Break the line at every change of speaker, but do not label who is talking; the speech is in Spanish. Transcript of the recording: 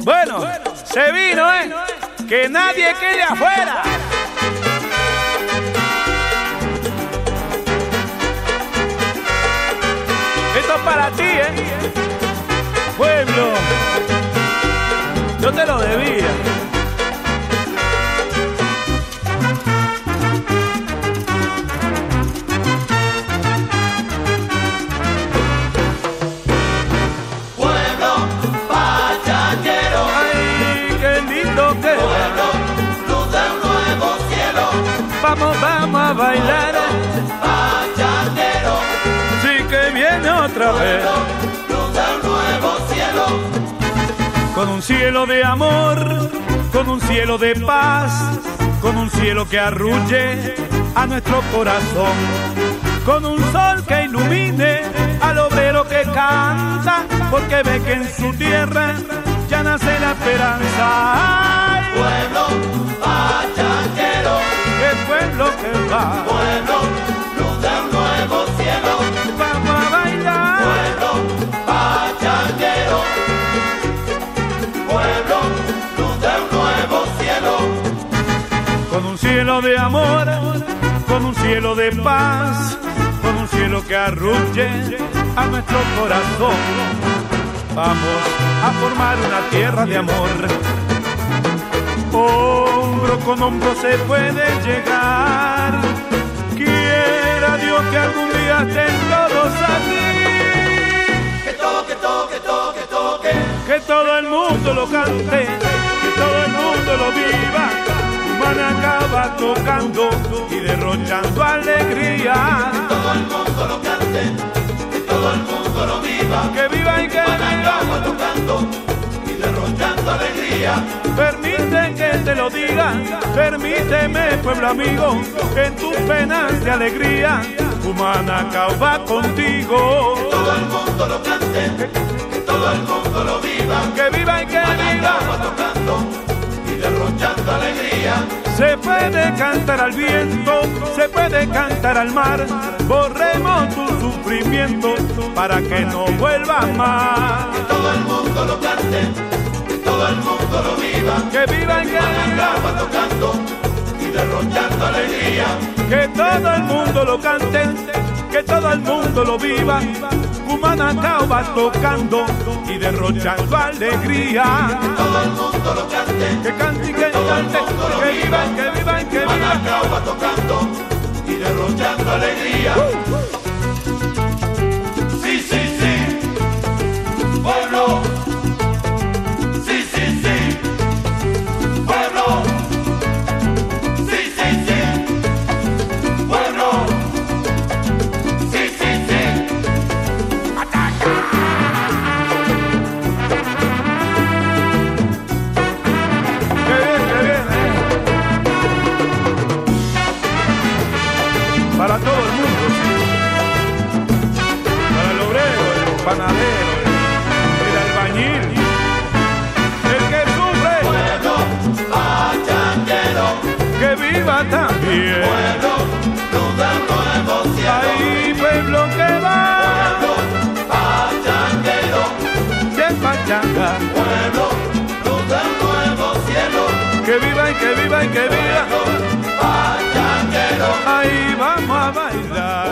Bueno, se vino, ¿eh? Que nadie quede afuera. Esto es para ti, ¿eh? Pueblo, yo te lo debía.
Pueblo pachachero,
Ay, qué lindo que
pueblo, luz de un nuevo cielo,
vamos, vamos a bailar.
pachachero,
Sí que viene otra vez
luz de un nuevo cielo,
con un cielo de amor, con un cielo de paz, con un cielo que arrulle a nuestro corazón, con un sol que ilumine al obrero que canta, porque ve que en su tierra ya nace la esperanza. ¡Ay,
pueblo pachachero,
qué pueblo que va!
pueblo, luz de un nuevo cielo,
Vamos a bailar,
pueblo pachachero, pueblo, luz de un nuevo cielo,
con un cielo de amor, con un cielo de paz, con un cielo que arrulle a nuestro corazón. Vamos a formar una tierra de amor. Hombro con hombro se puede llegar. Quiera Dios que algún día estén todos aquí.
que toque, toque, toque, toque,
Que todo el mundo lo cante, que todo el mundo lo viva. Manacaba tocando y derrochando alegría.
todo el mundo lo cante, que todo el mundo lo viva.
Que viva y que viva,
Manacagua tocando y derrochando alegría.
permite que te lo diga. Permíteme, pueblo amigo, que en tus penas de alegría. Manacaba contigo.
Todo el mundo lo cante, que todo el mundo lo viva.
Que viva y que viva.
Manacagua tocando y derrochando alegría.
Se puede cantar al viento, se puede cantar al mar. Borremos tu sufrimiento para que no vuelva más.
Que todo el mundo lo cante, que todo el mundo lo viva.
Que viva y que viva,
Manacagua tocando y derrochando alegría.
que todo el mundo lo cante, que todo el mundo lo viva. Cumanacao va tocando y derrochando alegría.
Todo el mundo lo cante,
Que cante y que cante, que viva, que viva y que viva.
Manacagua tocando y derrochando alegría. Sí, sí, sí, pueblo. Sí, sí, sí, pueblo. Sí, sí, sí, pueblo. Sí, sí, sí,
Que bien, que bien. Para todo el mundo. Para el obrero, el panadero, el albañil, el que sufre,
pueblo. Pachanguero,
que viva también.
pueblo. Luz del nuevo cielo,
Ahí pueblo que va,
pueblo. Pachanguero,
que pachanga,
pueblo. Luz del nuevo cielo,
que viva y que viva y que viva.
pueblo. Pachanguero.
Ahí vamos a bailar.